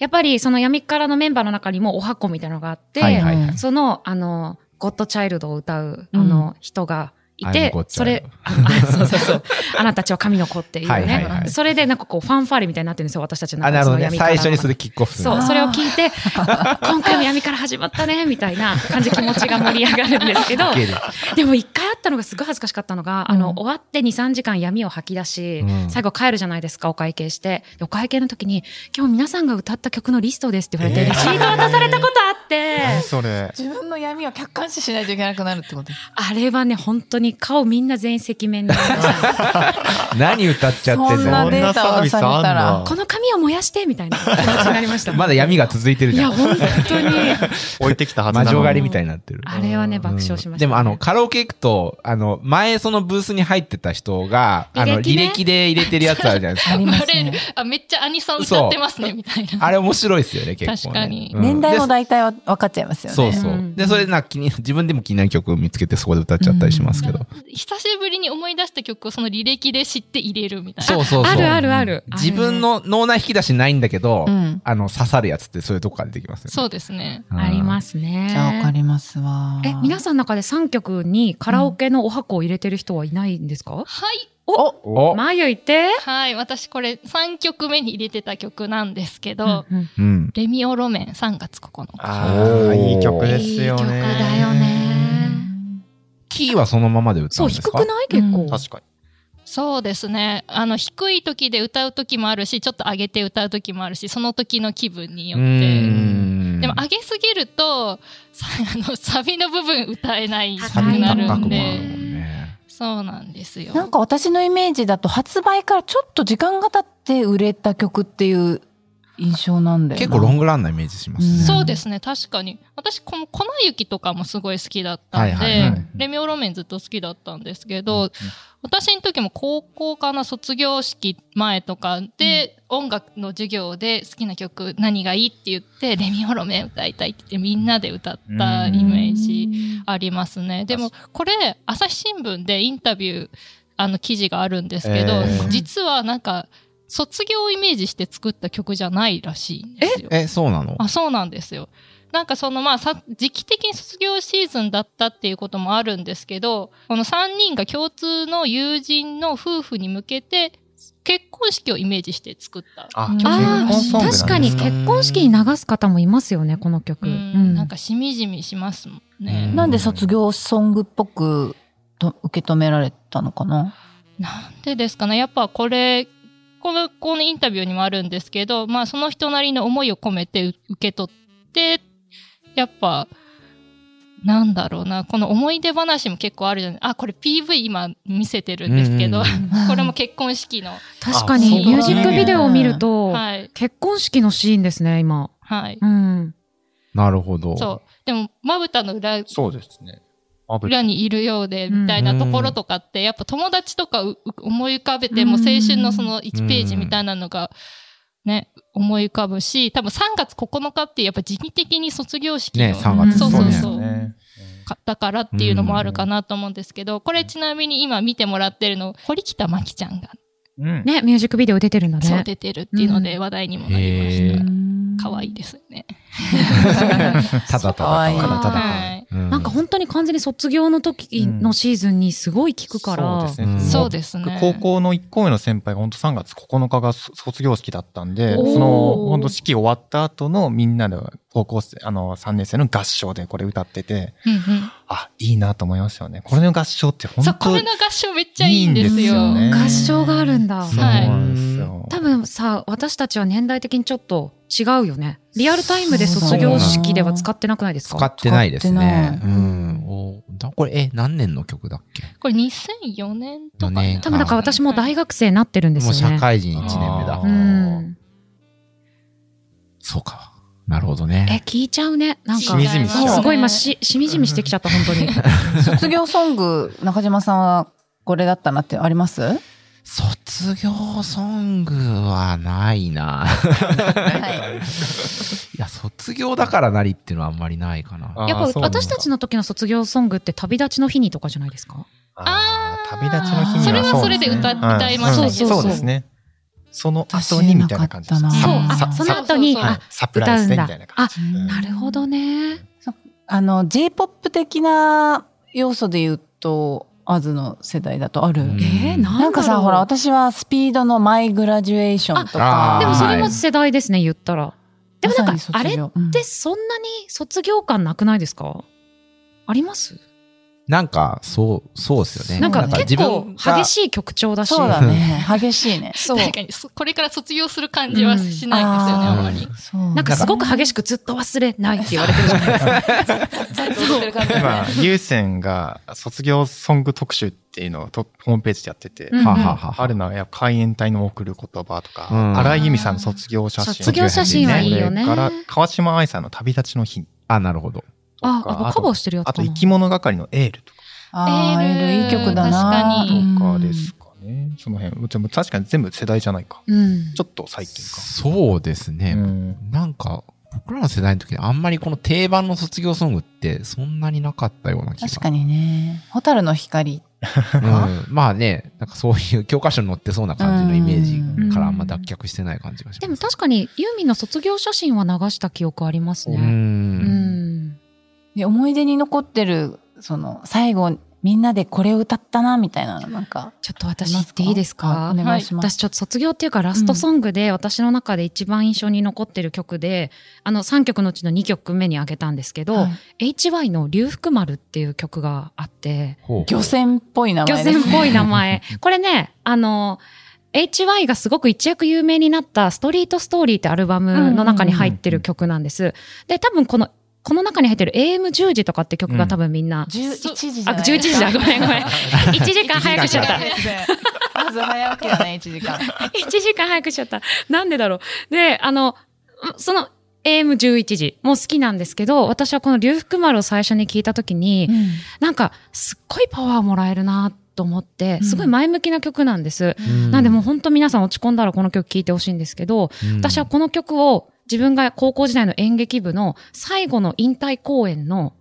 [SPEAKER 2] やっぱりその闇からのメンバーの中にもお箱みたいなのがあって、
[SPEAKER 3] はいはいはい。
[SPEAKER 2] その、あの、ゴッドチャイルドを歌う、
[SPEAKER 1] うん
[SPEAKER 2] あの、人がい
[SPEAKER 3] あやめ
[SPEAKER 2] て
[SPEAKER 3] こっ、ちゃ
[SPEAKER 2] そ
[SPEAKER 3] ん
[SPEAKER 2] れ、ああそうそ
[SPEAKER 1] [laughs]
[SPEAKER 2] うそう。あなたたちは神の子っていう
[SPEAKER 3] はいはいは
[SPEAKER 2] ね。
[SPEAKER 3] い
[SPEAKER 2] それでなんかこうファンファーレみたいになってるんですよ、私たちの
[SPEAKER 3] あ、
[SPEAKER 2] 中で
[SPEAKER 3] なる
[SPEAKER 2] そ
[SPEAKER 3] ほ
[SPEAKER 2] の
[SPEAKER 3] どね。
[SPEAKER 2] 闇からの。
[SPEAKER 3] 最初にそれキックオフする
[SPEAKER 2] そ
[SPEAKER 1] あ
[SPEAKER 2] う、
[SPEAKER 1] ー
[SPEAKER 2] それを聞いて、今回も闇から始まったね、みたいな感じ気持ちが盛り上がるんですけど、
[SPEAKER 3] ける
[SPEAKER 2] [laughs] でも一回あったのがすごい恥ずかしかったのが、あ
[SPEAKER 1] う
[SPEAKER 2] の
[SPEAKER 1] ん
[SPEAKER 2] 終わって23時間闇を吐き出し、
[SPEAKER 3] うん
[SPEAKER 2] 最後帰るじゃないですかお会計してでお会計の時に「今日皆さんが歌った曲のリスト [laughs] です」って言われて、
[SPEAKER 5] えー
[SPEAKER 2] レシート渡されたことあ
[SPEAKER 3] [laughs]
[SPEAKER 2] って、
[SPEAKER 5] 何それ。
[SPEAKER 1] 自分の闇を客観視しないといけなくなるってこと
[SPEAKER 2] あれはね本当に顔みんな全員赤面に
[SPEAKER 3] [laughs]
[SPEAKER 2] なりました
[SPEAKER 3] 何歌っちゃって
[SPEAKER 1] そ
[SPEAKER 3] ん
[SPEAKER 1] ん
[SPEAKER 3] だ
[SPEAKER 1] な
[SPEAKER 3] よ
[SPEAKER 1] データを出され
[SPEAKER 5] そ
[SPEAKER 1] た
[SPEAKER 5] んなサービスあん
[SPEAKER 1] ら
[SPEAKER 5] の。
[SPEAKER 2] この髪を燃やしてみ
[SPEAKER 3] [laughs]
[SPEAKER 2] たいな気持ちになりました
[SPEAKER 3] まだ闇が続いてる
[SPEAKER 2] い
[SPEAKER 3] じゃ
[SPEAKER 2] や
[SPEAKER 3] ん。
[SPEAKER 2] 本当に
[SPEAKER 3] [laughs]
[SPEAKER 5] 置いてきたはず
[SPEAKER 3] 魔
[SPEAKER 5] なのに
[SPEAKER 3] 女狩りみたいになってる。
[SPEAKER 2] あれはね爆笑しました、
[SPEAKER 3] でもあの、カラオケ行くと、あの、前そのブースに入ってた人が、あの、
[SPEAKER 2] 履歴ね。
[SPEAKER 3] 履歴で入れてるやつあるじゃないです
[SPEAKER 1] あ
[SPEAKER 3] か。
[SPEAKER 1] ります
[SPEAKER 4] バレる
[SPEAKER 1] ね。
[SPEAKER 4] あ、めっちゃアニさん歌ってますね、みたいな。
[SPEAKER 3] あれ面白いですよね、結構ね。
[SPEAKER 4] 確かに
[SPEAKER 3] うん
[SPEAKER 1] 年代も
[SPEAKER 3] で
[SPEAKER 1] 大体は分かっちゃいますよね。
[SPEAKER 3] そうそううんで、それなんか気に、自分でも気になる曲を見つけてそこで歌っちゃったりしますけど。
[SPEAKER 4] 久しぶりに思い出した曲をその履歴で知って入れるみたいな。
[SPEAKER 3] そうそうそう。
[SPEAKER 2] あるあるある
[SPEAKER 3] 自分の脳内引き出しないんだけど、
[SPEAKER 1] うん
[SPEAKER 3] あの、刺さるやつってそういうとこから出てきますよね。
[SPEAKER 4] そうですね。
[SPEAKER 3] うん
[SPEAKER 2] ありますね
[SPEAKER 1] じゃあ分かりますわ。
[SPEAKER 2] え皆さんの中で3曲にカラオケのお箱を入れてる人はいないんですか、
[SPEAKER 4] はい。
[SPEAKER 1] お
[SPEAKER 3] お、
[SPEAKER 2] 眉いて
[SPEAKER 4] はい。私これ3曲目に入れてた曲なんですけど、
[SPEAKER 2] うんうん
[SPEAKER 3] うん。
[SPEAKER 4] レミオロメン3月9日。
[SPEAKER 5] ああ、いい曲ですよね。
[SPEAKER 2] いい曲だよね。
[SPEAKER 3] キーはそのままで歌
[SPEAKER 2] そうう、
[SPEAKER 3] んです
[SPEAKER 2] 低
[SPEAKER 3] か
[SPEAKER 2] くない結構。
[SPEAKER 5] 確かに。
[SPEAKER 4] そうですね。あの、低い時で歌う時もあるし、ちょっと上げて歌う時もあるし、その時の気分によ
[SPEAKER 3] う
[SPEAKER 4] って。
[SPEAKER 3] ーん。
[SPEAKER 4] でも上げすぎると、さあの、サビの部分歌えないく
[SPEAKER 2] サ
[SPEAKER 3] サビ
[SPEAKER 2] に
[SPEAKER 4] な
[SPEAKER 3] 高
[SPEAKER 4] る
[SPEAKER 3] くも
[SPEAKER 4] ん
[SPEAKER 3] あるもん
[SPEAKER 4] で、
[SPEAKER 3] ね。
[SPEAKER 4] そうなんですよ。
[SPEAKER 1] なんか私のイメージだと発売からちょっと時間が経って売れた曲っていう印象なんだよな
[SPEAKER 3] 結構ロングランなイメージしますね。
[SPEAKER 4] そうですね、確かに。私、この粉雪とかもすごい好きだったんで、
[SPEAKER 3] はいはいはい
[SPEAKER 4] レミオロメンずっと好きだったんですけど、私の時も高校かな、卒業式前とかで、音楽の授業で好きな曲何がいいって言って、レミオロメン歌いたいって言ってみんなで歌ったイメージありますね。でも、これ、朝日新聞でインタビュー、あの記事があるんですけど、
[SPEAKER 5] え
[SPEAKER 2] ー
[SPEAKER 4] 実はなんか、卒業をイメージして作った曲じゃないらしいんですよ。
[SPEAKER 3] え、そうなの
[SPEAKER 4] あそうなんですよ。なんかそのまあさ時期的に卒業シーズンだったっていうこともあるんですけどこの3人が共通の友人の夫婦に向けて結婚式をイメージして作った。
[SPEAKER 5] あ、
[SPEAKER 1] うん
[SPEAKER 5] 結
[SPEAKER 2] あ
[SPEAKER 5] 婚ソングなんで
[SPEAKER 2] あ、
[SPEAKER 5] す
[SPEAKER 2] 確
[SPEAKER 5] ね
[SPEAKER 2] かに結婚式に流す方もいますよね、この曲。
[SPEAKER 4] う、
[SPEAKER 2] うんん
[SPEAKER 4] なんかしみじみしますもんね。
[SPEAKER 1] なんで卒業ソングっぽくと受け止められたのかな
[SPEAKER 4] なんでですかねやっぱこれこのこのインタビューにもあるんですけど、まあ、その人なりの思いを込めてう受け取ってやっぱなんだろうなこの思い出話も結構あるじゃないあこれ PV 今見せてるんですけど、
[SPEAKER 3] うんう
[SPEAKER 4] [laughs]
[SPEAKER 3] ん
[SPEAKER 4] これも結婚式の
[SPEAKER 2] 確か
[SPEAKER 4] そう
[SPEAKER 2] に、ミュージ
[SPEAKER 4] そう
[SPEAKER 2] ックビデオを見ると、
[SPEAKER 4] はい
[SPEAKER 2] 結婚式のシーンですね、今。
[SPEAKER 4] はい、
[SPEAKER 2] うん。
[SPEAKER 3] なるほど。
[SPEAKER 4] そうでもまぶたの裏
[SPEAKER 5] そうですね。あぶ
[SPEAKER 4] 裏にいるようでみたいなところとかって、やっぱ友達とかうう思い浮かべても
[SPEAKER 2] う
[SPEAKER 4] 青
[SPEAKER 2] ん
[SPEAKER 4] 春のその1ページみたいなのがね、思い浮かぶし多分3月9日ってやっぱ時期的に卒業式の、
[SPEAKER 3] ね、3月
[SPEAKER 4] そうそう
[SPEAKER 3] ね
[SPEAKER 4] そう
[SPEAKER 5] ね
[SPEAKER 4] かだからっていうのもあるかなと思うんですけど、これちなみに今見てもらってるの堀北真希ちゃんが
[SPEAKER 5] うん。
[SPEAKER 2] ね、ミュージックビデオ出てるんだ
[SPEAKER 4] そう
[SPEAKER 2] ね。
[SPEAKER 4] 出てるっていうので話題にもなりま
[SPEAKER 3] へ
[SPEAKER 4] し
[SPEAKER 3] ー
[SPEAKER 4] た可愛い
[SPEAKER 1] で
[SPEAKER 4] ですよね、
[SPEAKER 3] ただた
[SPEAKER 1] かわいい
[SPEAKER 3] だただただ。
[SPEAKER 4] はい、
[SPEAKER 3] う
[SPEAKER 2] なんか本当に完全に卒業の時のシーズンにすごい効くから。
[SPEAKER 5] そうですね。
[SPEAKER 4] そうですね
[SPEAKER 5] 高校の1校目の先輩が本当3月9日が卒卒業式だったんで、
[SPEAKER 2] おー
[SPEAKER 5] その本当式終わった後のみんなで高校生、あの3年生の合唱でこれ歌ってて、
[SPEAKER 4] うんうん
[SPEAKER 5] あ、いいなと思いましたよね。これの合唱って本
[SPEAKER 4] そうこ
[SPEAKER 5] 当
[SPEAKER 4] れの合唱めっちゃいいんですよ
[SPEAKER 5] いいんですよね
[SPEAKER 2] 合唱があるんだ。
[SPEAKER 5] そうなんですよ。
[SPEAKER 2] 多分さ、私たちは年代的にちょっと違うよね。リアルタイムで卒業式では使ってなくないですか
[SPEAKER 3] 使ってないで
[SPEAKER 1] 使
[SPEAKER 3] す
[SPEAKER 1] っ
[SPEAKER 3] ね。
[SPEAKER 1] て
[SPEAKER 3] う
[SPEAKER 1] ない
[SPEAKER 3] ん。おだこれ、え、何年の曲だっけ
[SPEAKER 4] これ2004年とか
[SPEAKER 3] 四年
[SPEAKER 4] ね
[SPEAKER 3] か
[SPEAKER 2] 多分だから私も大学生になってるんです
[SPEAKER 3] も
[SPEAKER 2] よ
[SPEAKER 3] う
[SPEAKER 2] ね。
[SPEAKER 3] 社会人1年目だ
[SPEAKER 5] あー。
[SPEAKER 2] うん。
[SPEAKER 3] そうか。なるほど
[SPEAKER 2] え
[SPEAKER 3] ね。、
[SPEAKER 2] 聞いちゃうね。なんか、
[SPEAKER 5] しみじみしちゃう
[SPEAKER 2] すごい今し、しみじみしてきちゃった、本当に。
[SPEAKER 1] 卒業ソング中島さんはこれだったなってありますは
[SPEAKER 3] 卒業ソングはないな。 [laughs]
[SPEAKER 1] い
[SPEAKER 3] いや、卒業だからなりっていうのはあんまりないかな。
[SPEAKER 5] あー
[SPEAKER 2] やっぱ
[SPEAKER 5] そうなんだ
[SPEAKER 2] 私たちの時の卒業ソングって旅立ちの日にとかじゃないですか
[SPEAKER 5] あー旅立ちの日に
[SPEAKER 4] それはそ
[SPEAKER 5] で
[SPEAKER 4] れ
[SPEAKER 5] す
[SPEAKER 4] で
[SPEAKER 5] ね
[SPEAKER 4] 歌,、歌いました
[SPEAKER 5] う
[SPEAKER 4] け
[SPEAKER 5] ん
[SPEAKER 4] ど
[SPEAKER 2] そう
[SPEAKER 5] そうですね。その後にみたいな感じでした。
[SPEAKER 1] 私知
[SPEAKER 2] そう。
[SPEAKER 1] らなかったな
[SPEAKER 2] あ、
[SPEAKER 5] さ
[SPEAKER 2] そ
[SPEAKER 5] さ
[SPEAKER 2] の後に、
[SPEAKER 4] そうそうそう
[SPEAKER 5] はい
[SPEAKER 2] あ、
[SPEAKER 5] サプライズでみたいな感じ。
[SPEAKER 1] うん
[SPEAKER 2] なるほどね。
[SPEAKER 1] あの J-POP 的な要素で言うとアズの世代だとある、
[SPEAKER 3] うん
[SPEAKER 2] えー、なんだろう
[SPEAKER 1] なんかさほら私はスピードのマイグラジュエーションと
[SPEAKER 3] あ
[SPEAKER 1] か
[SPEAKER 2] でもそれ
[SPEAKER 3] は
[SPEAKER 2] も
[SPEAKER 3] い
[SPEAKER 2] 世代ですね、言ったら。でもなんか、あれっ
[SPEAKER 1] って
[SPEAKER 2] そんなに卒業感なくないですかあります
[SPEAKER 3] なんか、そう、そうですよね。
[SPEAKER 2] なんか
[SPEAKER 3] 自
[SPEAKER 2] 結構
[SPEAKER 3] 分が
[SPEAKER 2] 激しい曲調だし。
[SPEAKER 1] そうだね激しいね
[SPEAKER 2] そう
[SPEAKER 4] 確かにそこれから卒業する感じはしないんですよね、
[SPEAKER 3] うん
[SPEAKER 4] あまり。
[SPEAKER 1] そう
[SPEAKER 2] なんかすごく激しくずっと忘れないって言われてるじゃないですか。
[SPEAKER 5] 今、優先が卒業ソング特集っていうのをとホームページでやってて、
[SPEAKER 2] うん
[SPEAKER 3] はははは
[SPEAKER 5] あるのはやっぱ海援隊の贈る言葉とか、
[SPEAKER 3] うん
[SPEAKER 5] 荒井由実さんの卒業写真。
[SPEAKER 2] 卒業写真はいいよね
[SPEAKER 5] それから、川島愛さんの旅立ちの日と
[SPEAKER 3] あ、なるほど。
[SPEAKER 5] か。
[SPEAKER 2] あ、あとカバーしてるやつか
[SPEAKER 5] あと、
[SPEAKER 2] な。
[SPEAKER 5] 生き物係のエールとか
[SPEAKER 1] あー
[SPEAKER 4] エール
[SPEAKER 1] いい曲だな
[SPEAKER 4] 確かに
[SPEAKER 5] とかですかね。その辺。でも確かに全部世代じゃないか。
[SPEAKER 2] うん
[SPEAKER 5] ち。ょっと最近か。
[SPEAKER 3] そうですね。
[SPEAKER 5] うん
[SPEAKER 3] なんか、僕らの世代の時にあんまりこの定番の卒業ソングってそんなになかったような気が
[SPEAKER 1] 確かにね蛍の光
[SPEAKER 3] うん、まあね、なんかそういう教科書に載ってそうな感じのイメージからあん
[SPEAKER 2] う
[SPEAKER 3] ま
[SPEAKER 2] ん
[SPEAKER 3] 脱却してない感じがします。
[SPEAKER 2] でも確かにユーミンの卒業写真は流した記憶あります
[SPEAKER 3] う。
[SPEAKER 2] ね。うんん。
[SPEAKER 1] で思い出に残ってるその最後みんなでこれを歌ったなみたいなのなんか
[SPEAKER 2] ちょっと私言っていいです
[SPEAKER 1] あお
[SPEAKER 2] か
[SPEAKER 1] 願いします
[SPEAKER 2] 私ちょっと卒業っていうかラストソングで私の中で一番印象に残ってる曲で、あの3曲のうちの2曲目に挙げたんですけど、
[SPEAKER 1] はい
[SPEAKER 2] HY の「龍福丸」っていう曲があって
[SPEAKER 3] ほう
[SPEAKER 1] 漁船っぽい名
[SPEAKER 2] 漁
[SPEAKER 1] 前です
[SPEAKER 2] 船
[SPEAKER 1] ね
[SPEAKER 2] っぽい名前 [laughs] これねあの HY がすごく一躍有名になった「ストリート・ストーリー」ってアルバムの中に入ってる曲なんです、で多分このこの中に入ってる AM10 時とかって曲が多分みんな、
[SPEAKER 1] 11時じ
[SPEAKER 2] あ
[SPEAKER 1] ゃないで
[SPEAKER 2] 11時
[SPEAKER 1] すか
[SPEAKER 2] だごめんご
[SPEAKER 1] [laughs]
[SPEAKER 2] めん1時間早くしちゃ [laughs] った
[SPEAKER 1] まず早起きだね1時間
[SPEAKER 2] 1時間早くしちゃった。なんでだろう。で、あの、んその AM11 時も好きなんですけど、私はこの龍福丸を最初に聞いた時に、なんかすっごいパワーもらえるなと思って、
[SPEAKER 1] うん
[SPEAKER 2] すごい前向きな曲なんです。なんでもう本当皆さん落ち込んだらこの曲聴いてほしいんですけど、
[SPEAKER 3] うん
[SPEAKER 2] 私はこの曲を自分が高校時代の演劇部の最後の引退公演の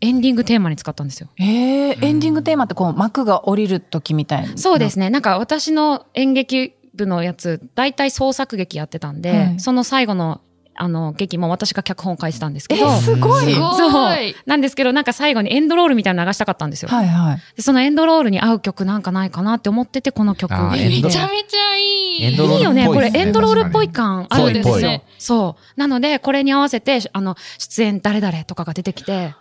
[SPEAKER 2] エンディングテーマに使ったんですよ。
[SPEAKER 1] えーエンディングテーマってこう幕が降りる時みたいな
[SPEAKER 2] そうですね。なんか私の演劇部のやつ、大体創作劇やってたんで、
[SPEAKER 1] はい
[SPEAKER 2] その最後のあの、劇も私が脚本を書いてたんですけ
[SPEAKER 1] え
[SPEAKER 2] ど、
[SPEAKER 1] すごい
[SPEAKER 4] す
[SPEAKER 1] は
[SPEAKER 4] ごい。
[SPEAKER 2] なんですけど、なんか最後にエンドロールみたいなの流したかったんですよ。
[SPEAKER 1] いはい
[SPEAKER 2] でそのエンドロールに合う曲なんかないかなって思ってて、この曲
[SPEAKER 3] あーエン
[SPEAKER 4] め
[SPEAKER 3] ド
[SPEAKER 4] ち
[SPEAKER 3] ロ
[SPEAKER 4] ゃめちゃいい。
[SPEAKER 3] エンドロール
[SPEAKER 2] いいよね。
[SPEAKER 3] ぽ
[SPEAKER 2] こ
[SPEAKER 3] いで
[SPEAKER 2] れ
[SPEAKER 3] すね
[SPEAKER 2] エンドロールっぽい感あるんです
[SPEAKER 4] ぽいぽ
[SPEAKER 2] よ
[SPEAKER 4] い。
[SPEAKER 2] そう。なので、これに合わせて、あの、出演誰々とかが出てきて、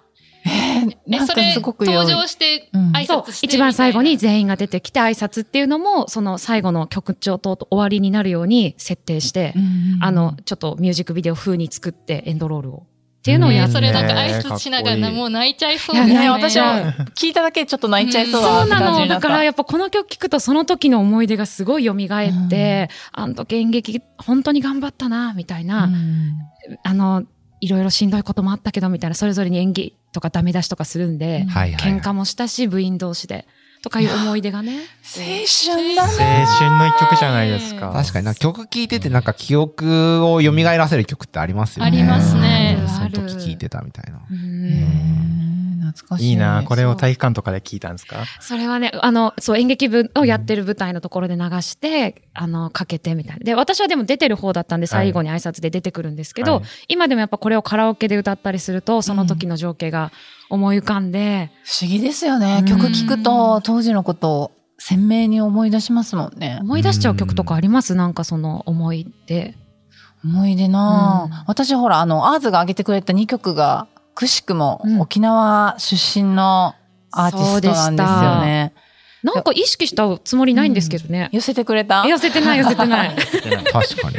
[SPEAKER 1] えな
[SPEAKER 4] え、
[SPEAKER 1] ん
[SPEAKER 4] そ
[SPEAKER 1] か
[SPEAKER 4] れ、
[SPEAKER 1] すごく
[SPEAKER 4] 登
[SPEAKER 1] 良い
[SPEAKER 4] 場して、挨
[SPEAKER 2] そう
[SPEAKER 4] 拶して。
[SPEAKER 2] 一番最後に。全員が出てきて挨拶っていうのも、その最後の曲調と終わりになるように設定して、あの、ちょっとミュージックビデオ風に作ってエンドロールを。っていうのをや
[SPEAKER 4] え、
[SPEAKER 2] っ
[SPEAKER 4] それなんか
[SPEAKER 5] ねえ
[SPEAKER 4] 挨拶しなが
[SPEAKER 5] かっ
[SPEAKER 4] ら、
[SPEAKER 5] こいい
[SPEAKER 4] もう泣いちゃいそう
[SPEAKER 1] いや
[SPEAKER 4] です
[SPEAKER 1] ね
[SPEAKER 4] ね。
[SPEAKER 1] 私は聞いただけでちょっと泣いちゃいそうだ
[SPEAKER 2] そう
[SPEAKER 1] なって
[SPEAKER 2] な
[SPEAKER 1] 感じ
[SPEAKER 2] の。
[SPEAKER 1] にな
[SPEAKER 2] だ
[SPEAKER 1] った
[SPEAKER 2] からやっぱこの曲聴くとその時の思い出がすごい蘇って、あの時演劇本当に頑張ったな、みたいな、
[SPEAKER 1] うん
[SPEAKER 2] あの、いろいろしんどいこともあったけど、みたいな、それぞれに演技とかダメ出しとかするんで、
[SPEAKER 3] はいはいはい
[SPEAKER 2] 喧嘩もしたし、部員同士で、とかいう思い出がね。
[SPEAKER 1] 青春だ
[SPEAKER 5] 青
[SPEAKER 1] ね
[SPEAKER 5] 春の一曲じゃないですか。
[SPEAKER 3] 確かにな曲聴いててなんか記憶を蘇らせる曲ってありますよね。
[SPEAKER 4] ありますね
[SPEAKER 3] うんそ
[SPEAKER 2] あ
[SPEAKER 3] の
[SPEAKER 2] る
[SPEAKER 3] 時聴いてたみたいな。
[SPEAKER 2] うん
[SPEAKER 1] 懐かしい
[SPEAKER 5] いいな、これを
[SPEAKER 1] そう
[SPEAKER 5] 体育館とかで聞いたんですか
[SPEAKER 2] それはね、あの、そう、演劇部をやってる舞台のところで流して、あの、かけてみたいな。で、私はでも出てる方だったんで、最後に挨拶で出てくるんですけど、
[SPEAKER 5] はい
[SPEAKER 2] 今でもやっぱこれをカラオケで歌ったりすると、その時の情景が思い浮かんで、
[SPEAKER 1] 不思議ですよね
[SPEAKER 2] うん
[SPEAKER 1] 曲聞くと当時のことを鮮明に思い出しますもんね
[SPEAKER 2] 思い出しちゃう曲とかありますなんかその思い出。
[SPEAKER 1] 思い出なあ、
[SPEAKER 2] うん
[SPEAKER 1] 私ほらあのアーズが挙げてくれた2曲がくしくも
[SPEAKER 2] うん
[SPEAKER 1] 沖縄出身のアーティストなんですよね、
[SPEAKER 2] なんか意識したつもりないんですけどね。
[SPEAKER 1] 寄せてくれた
[SPEAKER 2] 寄せて [laughs] ない寄せてない。
[SPEAKER 3] 確かに。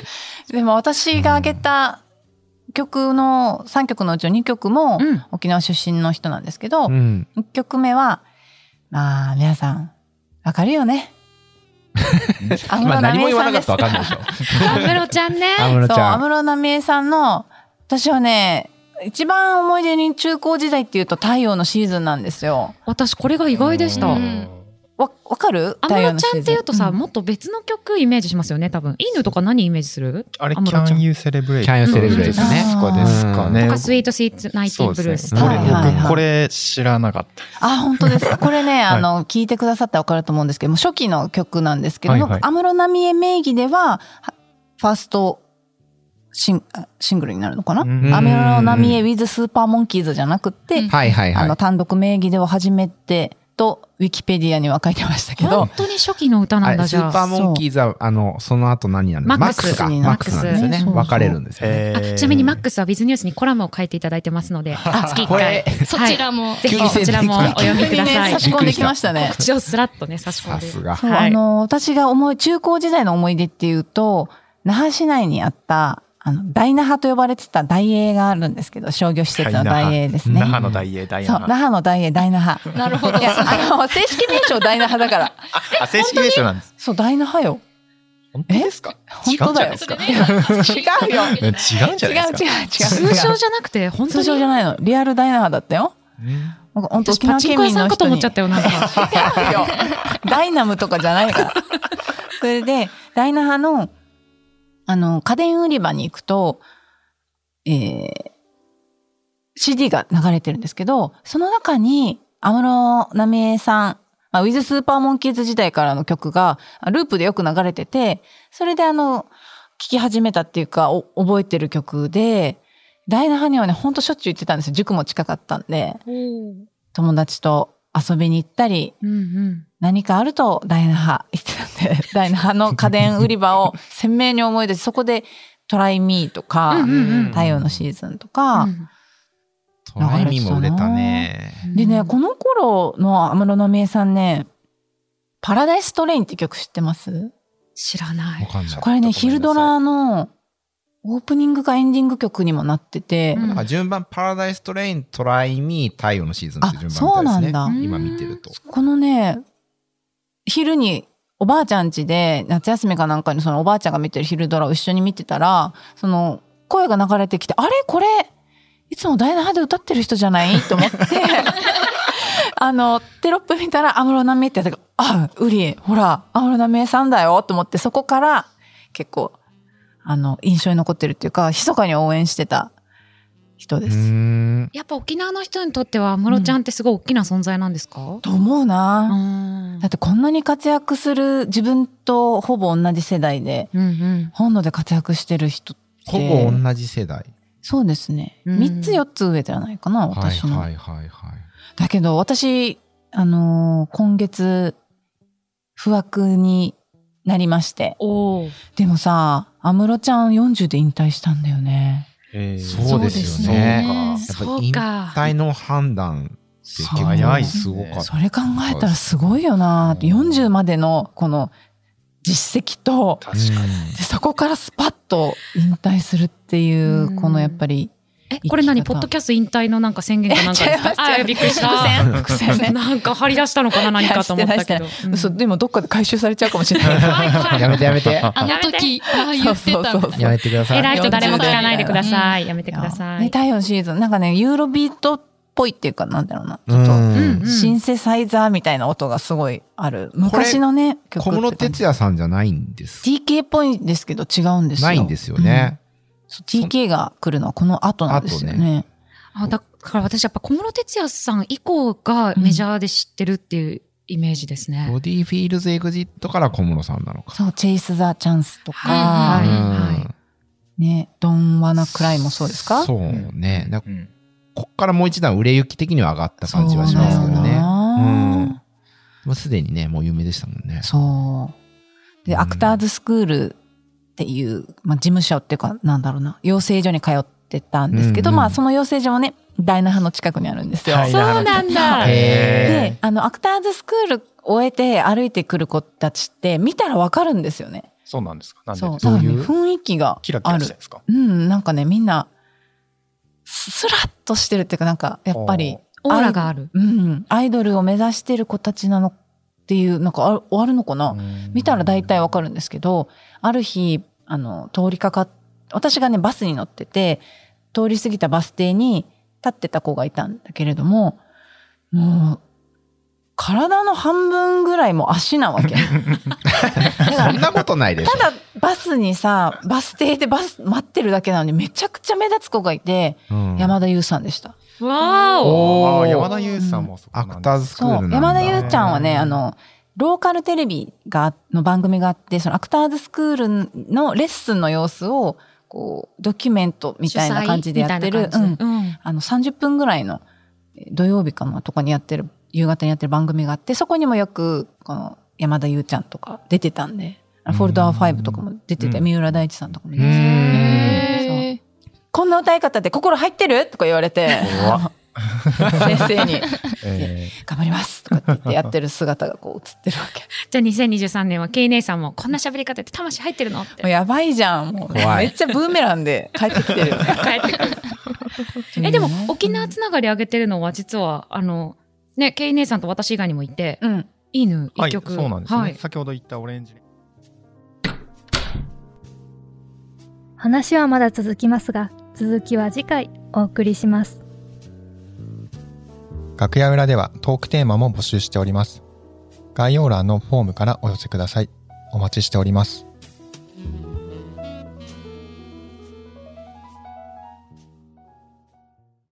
[SPEAKER 1] でも私が挙げた曲の3曲のうちの2曲も
[SPEAKER 2] うん。
[SPEAKER 1] 沖縄出身の人なんですけど、
[SPEAKER 3] うん。
[SPEAKER 1] 1曲目はまあ皆さんわかるよね安
[SPEAKER 3] まあ何も言わなかったらわかんないで
[SPEAKER 1] です
[SPEAKER 3] しょ。
[SPEAKER 2] 安室ちゃんね。
[SPEAKER 3] [laughs] 安室
[SPEAKER 1] そう
[SPEAKER 3] ちゃ
[SPEAKER 1] 安
[SPEAKER 3] ん。
[SPEAKER 1] 室奈美恵さんの私はね一番思い出に中高時代っていうと太陽のシーズンなんですよ
[SPEAKER 2] 私これ [laughs] が意外でした。
[SPEAKER 4] う
[SPEAKER 2] 安
[SPEAKER 4] ん
[SPEAKER 1] わわかる太陽
[SPEAKER 2] 室
[SPEAKER 1] の
[SPEAKER 2] ち
[SPEAKER 1] シー
[SPEAKER 2] ゃ
[SPEAKER 1] ズ
[SPEAKER 2] ん
[SPEAKER 1] ン
[SPEAKER 2] って言うとさ、
[SPEAKER 1] ん
[SPEAKER 2] もっと別の曲イメージしますよね、多分。犬とか何イメージする
[SPEAKER 5] あれ、
[SPEAKER 2] 安室ちゃん
[SPEAKER 5] Can You Celebrate?
[SPEAKER 3] Can You
[SPEAKER 1] Celebrate
[SPEAKER 5] ですね。
[SPEAKER 1] うん
[SPEAKER 5] こですかね。
[SPEAKER 2] とか、スイートスイートナイテ
[SPEAKER 5] そ
[SPEAKER 2] ィ
[SPEAKER 5] う
[SPEAKER 2] ブ
[SPEAKER 5] で
[SPEAKER 2] ルー
[SPEAKER 5] す
[SPEAKER 2] ス
[SPEAKER 5] ね。
[SPEAKER 2] と
[SPEAKER 5] こ
[SPEAKER 1] はい
[SPEAKER 5] れ、
[SPEAKER 2] か。
[SPEAKER 1] はいはい
[SPEAKER 5] 僕、これ知らなかった。
[SPEAKER 1] あ本当
[SPEAKER 2] [laughs]
[SPEAKER 1] ですかこれね、
[SPEAKER 5] はい
[SPEAKER 1] あの聞いてくださったらわかると思うんですけども初期の曲なんですけども
[SPEAKER 5] はいはい
[SPEAKER 1] 安室奈美恵名義でははファーストシンあシングルになるのかな
[SPEAKER 5] う
[SPEAKER 1] 安
[SPEAKER 5] ん
[SPEAKER 1] 室奈美恵 with スーパーモンキーズじゃなくって、
[SPEAKER 4] うん
[SPEAKER 3] はいはい
[SPEAKER 1] あ
[SPEAKER 3] は
[SPEAKER 1] の
[SPEAKER 3] い。
[SPEAKER 1] 単独名義では初めてとウィキペディアには書いてましたけど
[SPEAKER 2] 本当に初期の歌
[SPEAKER 3] あ
[SPEAKER 2] なん
[SPEAKER 3] れ
[SPEAKER 2] だ
[SPEAKER 3] ス
[SPEAKER 2] じゃ
[SPEAKER 3] ーパー
[SPEAKER 2] あ。
[SPEAKER 3] モンキーズは、あの、その後何になるの
[SPEAKER 2] マックス
[SPEAKER 3] か。
[SPEAKER 1] に
[SPEAKER 3] マックスなんです
[SPEAKER 1] マ
[SPEAKER 3] よ
[SPEAKER 1] ックスね
[SPEAKER 3] ね。
[SPEAKER 1] そうそう
[SPEAKER 3] 分かれるんですよね。
[SPEAKER 5] へー
[SPEAKER 2] あちなみにマックスはビズニュースにコラムを書いていただいてますので、月1
[SPEAKER 3] こ
[SPEAKER 2] 回
[SPEAKER 3] れ、
[SPEAKER 4] [laughs] そちらも。
[SPEAKER 2] ぜひ
[SPEAKER 3] 急に
[SPEAKER 2] こちらもお読みください
[SPEAKER 1] 差。し込んできましたね。
[SPEAKER 2] 口をスラッとね、差し込ん
[SPEAKER 3] さ。
[SPEAKER 2] です
[SPEAKER 3] が。
[SPEAKER 1] そう、
[SPEAKER 2] はい
[SPEAKER 1] あの、私が思い、中高時代の思い出っていうと、那覇市内にあった、あの、大那覇と呼ばれてた大英があるんですけど、商業施設の大英ですね。
[SPEAKER 5] 那覇の大英、大
[SPEAKER 1] そう、那
[SPEAKER 5] 那覇。
[SPEAKER 1] 覇の大英、大那覇。
[SPEAKER 4] なるほど
[SPEAKER 1] い。や、あの、正式名称大那覇だから。
[SPEAKER 2] [laughs]
[SPEAKER 5] あ、正式名称なんです。
[SPEAKER 1] そう、大那覇よ。
[SPEAKER 5] 本当ですか
[SPEAKER 1] 本当だよ。
[SPEAKER 4] それねなん
[SPEAKER 1] 違
[SPEAKER 4] か
[SPEAKER 1] うよ
[SPEAKER 5] 違
[SPEAKER 4] [laughs]
[SPEAKER 5] うんじゃないで
[SPEAKER 1] 違う違う違
[SPEAKER 5] す
[SPEAKER 1] う
[SPEAKER 5] か
[SPEAKER 1] 違う。
[SPEAKER 2] 通称じゃなくて、本当
[SPEAKER 1] 通
[SPEAKER 2] に。
[SPEAKER 1] 称じゃないの。リアル大那覇だったよ。なんか本当
[SPEAKER 2] 私
[SPEAKER 1] 沖
[SPEAKER 2] パ
[SPEAKER 1] 縄
[SPEAKER 2] チン
[SPEAKER 1] 県
[SPEAKER 2] コ屋
[SPEAKER 1] 民
[SPEAKER 2] さ
[SPEAKER 1] の
[SPEAKER 2] んか
[SPEAKER 1] 人
[SPEAKER 2] と思っ
[SPEAKER 1] に
[SPEAKER 2] ちゃ。ったよ、なんか。
[SPEAKER 1] 違うよダイナムとかじゃないから。それで、ダイナハの、あの、家電売り場に行くと、えー、CD が流れてるんですけど、その中に、安室奈美恵さん、まあ、ウィズ・スーパーモンキーズ時代からの曲が、あループでよく流れてて、それであの、聴き始めたっていうか、お覚えてる曲で、ダイナハにはね、ほんとしょっちゅう行ってたんですよ。塾も近かったんで、友達と遊びに行ったり、
[SPEAKER 2] うんうん。
[SPEAKER 1] 何かあると大那 [laughs] 覇行ってたんで、大那覇の家電売り場を鮮明に思い出し、そこでトライミーとか、
[SPEAKER 2] うんうん
[SPEAKER 1] 太陽のシーズンとか、
[SPEAKER 3] トライミーも売れたね。
[SPEAKER 2] うん
[SPEAKER 1] でね、この頃の安室奈美恵さんね、パラダイストレインって曲知ってます
[SPEAKER 2] 知らな
[SPEAKER 3] わ
[SPEAKER 2] い。
[SPEAKER 3] かんない
[SPEAKER 1] こ。れね、昼ドラのオープニングかエンディング曲にもなってて、
[SPEAKER 2] うん
[SPEAKER 3] なんか順番、パラダイストレイン、トライミー、太陽のシーズンっ
[SPEAKER 1] あ
[SPEAKER 3] て、順
[SPEAKER 1] そう
[SPEAKER 3] 番みた
[SPEAKER 1] ないん
[SPEAKER 3] ですね。
[SPEAKER 1] だ。
[SPEAKER 3] 今見てると。
[SPEAKER 1] このね、昼におばあちゃん家で夏休みかなんかにそのおばあちゃんが見てる昼ドラを一緒に見てたら、その声が流れてきて、あれこれ、いつもダイナハで歌ってる人じゃないと思って、 [laughs] あの、テロップ見たら安室奈美恵ってやつが、あ、ウリ、ほら、安室奈美恵さんだよと思って、そこから結構、あの、印象に残ってるっていうか、密かに応援してた人
[SPEAKER 3] う
[SPEAKER 1] で
[SPEAKER 3] ー
[SPEAKER 1] す。
[SPEAKER 3] ん。
[SPEAKER 2] やっぱ沖縄の人にとっては、安室ちゃんってすごい大きな存在なんですか
[SPEAKER 1] と思うな、
[SPEAKER 2] うん
[SPEAKER 1] だってこんなに活躍する自分とほぼ同じ世代で
[SPEAKER 2] うんうん。
[SPEAKER 1] 本土で活躍してる人
[SPEAKER 3] ほぼ同じ世代。
[SPEAKER 1] そうですね。
[SPEAKER 2] うん
[SPEAKER 1] 3つ4つ上じゃないかな、
[SPEAKER 3] はい
[SPEAKER 1] 私の。
[SPEAKER 3] はいはいはい。
[SPEAKER 1] だけど、私、あのー今月、不惑になりまして。
[SPEAKER 2] おお。
[SPEAKER 1] でもさ、安室ちゃん40で引退したんだよね。
[SPEAKER 5] えー
[SPEAKER 3] そうですよ
[SPEAKER 4] ね
[SPEAKER 3] やっぱ
[SPEAKER 2] そ
[SPEAKER 3] り
[SPEAKER 2] う
[SPEAKER 3] 引
[SPEAKER 2] か。
[SPEAKER 3] 退の判断って結構
[SPEAKER 5] 早いっ
[SPEAKER 3] す
[SPEAKER 5] すね
[SPEAKER 3] ごかった。
[SPEAKER 1] それ考えたらすごいよなって。40までの、この、実績と、
[SPEAKER 5] 確かに。
[SPEAKER 1] でそこからスパッと引退するっていう、
[SPEAKER 2] うん
[SPEAKER 1] このやっぱり、
[SPEAKER 2] え、これ何
[SPEAKER 1] 生き
[SPEAKER 2] ポ
[SPEAKER 1] 方
[SPEAKER 2] ッドキャスト引退のなんか宣言かなんかですか
[SPEAKER 1] い [laughs] や違います
[SPEAKER 2] あびっくりした。
[SPEAKER 1] 伏線、伏線ね。
[SPEAKER 2] なんか張り出したのかな何かと思ったけ
[SPEAKER 1] い
[SPEAKER 2] ど。
[SPEAKER 1] 嘘、
[SPEAKER 2] うん
[SPEAKER 1] でもどっかで回収されちゃうかもしれない。
[SPEAKER 3] やめてやめて。
[SPEAKER 4] あの時、ああ言ってたんだ
[SPEAKER 1] そうそうそう
[SPEAKER 3] やめてください。
[SPEAKER 2] 偉い人誰も聞かないでください。
[SPEAKER 4] 40
[SPEAKER 2] やめてくださ
[SPEAKER 1] ね
[SPEAKER 2] い。
[SPEAKER 1] 太陽のシーズン、なんかね、ユーロビートっぽいっていうか、なんだろうな。ちょっ
[SPEAKER 3] う
[SPEAKER 1] と、
[SPEAKER 2] うんん
[SPEAKER 1] シンセサイザーみたいな音がすごいある。昔のね、曲
[SPEAKER 3] 小
[SPEAKER 1] っ
[SPEAKER 3] 室
[SPEAKER 1] て感
[SPEAKER 3] 哲
[SPEAKER 1] じ。
[SPEAKER 3] 哉さんじゃないんです。
[SPEAKER 1] TK っぽいんですけど違うんですよ。
[SPEAKER 3] ないんですよね。
[SPEAKER 1] そう。TK が来るのはこの後なんですよ
[SPEAKER 3] 後
[SPEAKER 1] ね。
[SPEAKER 2] あだから私やっぱ小室哲哉さん以降がメジャーで知ってるっていうイメージですね。
[SPEAKER 3] ボディフィールズエグジットから小室さんなのか。
[SPEAKER 1] そう、チェイス・ザ・チャンスとか、
[SPEAKER 2] は
[SPEAKER 3] う
[SPEAKER 2] い
[SPEAKER 3] ん
[SPEAKER 2] は
[SPEAKER 1] ね、ドン・ワナ・クライもそうですか
[SPEAKER 3] そううね。だか
[SPEAKER 5] うん
[SPEAKER 3] らこっからもう一段売れ行き的には上がった感じはしますけど
[SPEAKER 1] そうだ
[SPEAKER 3] ね。
[SPEAKER 1] よ
[SPEAKER 3] うん
[SPEAKER 1] な。
[SPEAKER 3] もうすでにね、もう有名でしたもんね。
[SPEAKER 1] そう。
[SPEAKER 3] う
[SPEAKER 1] で、
[SPEAKER 3] ん
[SPEAKER 1] アクターズスクールっていう、まあ、事務所っていうか、なんだろうな、養成所に通ってたんですけど、
[SPEAKER 3] うんうん
[SPEAKER 1] まあ、その養成所もね、ダイナハの近くにあるんですよ。
[SPEAKER 5] はい
[SPEAKER 2] そうなんだ。
[SPEAKER 1] で
[SPEAKER 5] へ、
[SPEAKER 1] あの、アクターズスクール終えて歩いてくる子たちって、見たらわかるんですよね。
[SPEAKER 5] そうなんですか。なんで
[SPEAKER 1] そう。
[SPEAKER 5] ですか
[SPEAKER 1] だからね
[SPEAKER 3] どういう
[SPEAKER 1] 雰囲気が
[SPEAKER 5] キラキ
[SPEAKER 1] あ
[SPEAKER 5] ラし
[SPEAKER 1] る
[SPEAKER 5] てるん。ですか。
[SPEAKER 1] うん、なんかね、みんな、ススラッとしてるっていうか、なんか、やっぱり、
[SPEAKER 2] オーラがある。
[SPEAKER 1] うん、アイドルを目指してる子たちなのっていう、なんかある、あるのかな、見たら大体わかるんですけど、ある日、あの、通りかかっ、私がね、バスに乗ってて、通り過ぎたバス停に立ってた子がいたんだけれども、もう、体の半分ぐらいもう足なわ
[SPEAKER 3] [laughs]
[SPEAKER 1] け。
[SPEAKER 3] そんなことないでしょ。
[SPEAKER 1] ただ、バスにさ、バス停でバス待ってるだけなのに、めちゃくちゃ目立つ子がいて、
[SPEAKER 3] うん
[SPEAKER 1] 山田優さんでした。
[SPEAKER 2] わーお。
[SPEAKER 5] あ
[SPEAKER 3] お
[SPEAKER 5] あ、
[SPEAKER 3] ー
[SPEAKER 5] 山田優さんもそうな
[SPEAKER 3] ア
[SPEAKER 5] んです
[SPEAKER 3] クターズスクール
[SPEAKER 1] そ
[SPEAKER 3] なん
[SPEAKER 1] う
[SPEAKER 3] だ
[SPEAKER 1] 山田優ちゃんはね
[SPEAKER 5] うん
[SPEAKER 1] あのローカルテレビがの番組があってそのアクターズスクールのレッスンの様子をこうドキュメントみたいな感じでやってる
[SPEAKER 2] 主催みたいな
[SPEAKER 1] うん
[SPEAKER 2] 感じうん
[SPEAKER 1] あの30分ぐらいのえー土曜日かなとかにやってる夕方にやってる番組があってそこにもよくこの山田優ちゃんとか出てたんであのフォルダー5とかも出てて、
[SPEAKER 3] うん
[SPEAKER 1] 三浦大知さんとかも出て
[SPEAKER 3] う
[SPEAKER 1] て、
[SPEAKER 4] へー
[SPEAKER 1] こんな歌い方で心入ってるとか言われて
[SPEAKER 3] [laughs]
[SPEAKER 5] 怖
[SPEAKER 1] 先生に
[SPEAKER 5] え
[SPEAKER 1] 「頑張ります」とかって言ってやってる姿がこう映ってるわ
[SPEAKER 2] [laughs]
[SPEAKER 1] け
[SPEAKER 2] じゃあ2023年は K 姉さんもこんな喋り方って魂入ってるのっ
[SPEAKER 1] もう
[SPEAKER 2] て。
[SPEAKER 1] やばいじゃん。もう
[SPEAKER 3] 怖い
[SPEAKER 1] めっちゃブーメランで帰ってきてるよね。
[SPEAKER 2] 帰ってくる。 [laughs] え、でも沖縄つながり上げてるのは実は、あの、ね、K 姉さんと私以外にもいて、
[SPEAKER 1] うん。
[SPEAKER 2] いいぬ
[SPEAKER 5] ーは
[SPEAKER 2] 一
[SPEAKER 5] い、
[SPEAKER 2] 曲。
[SPEAKER 5] そうなんです
[SPEAKER 2] は
[SPEAKER 5] ね。
[SPEAKER 2] い
[SPEAKER 5] 先ほど言ったオレンジ。
[SPEAKER 6] 話はまだ続きますが続きは次回お送りします
[SPEAKER 5] 楽屋裏ではトークテーマも募集しております。概要欄のフォームからお寄せください。お待ちしております。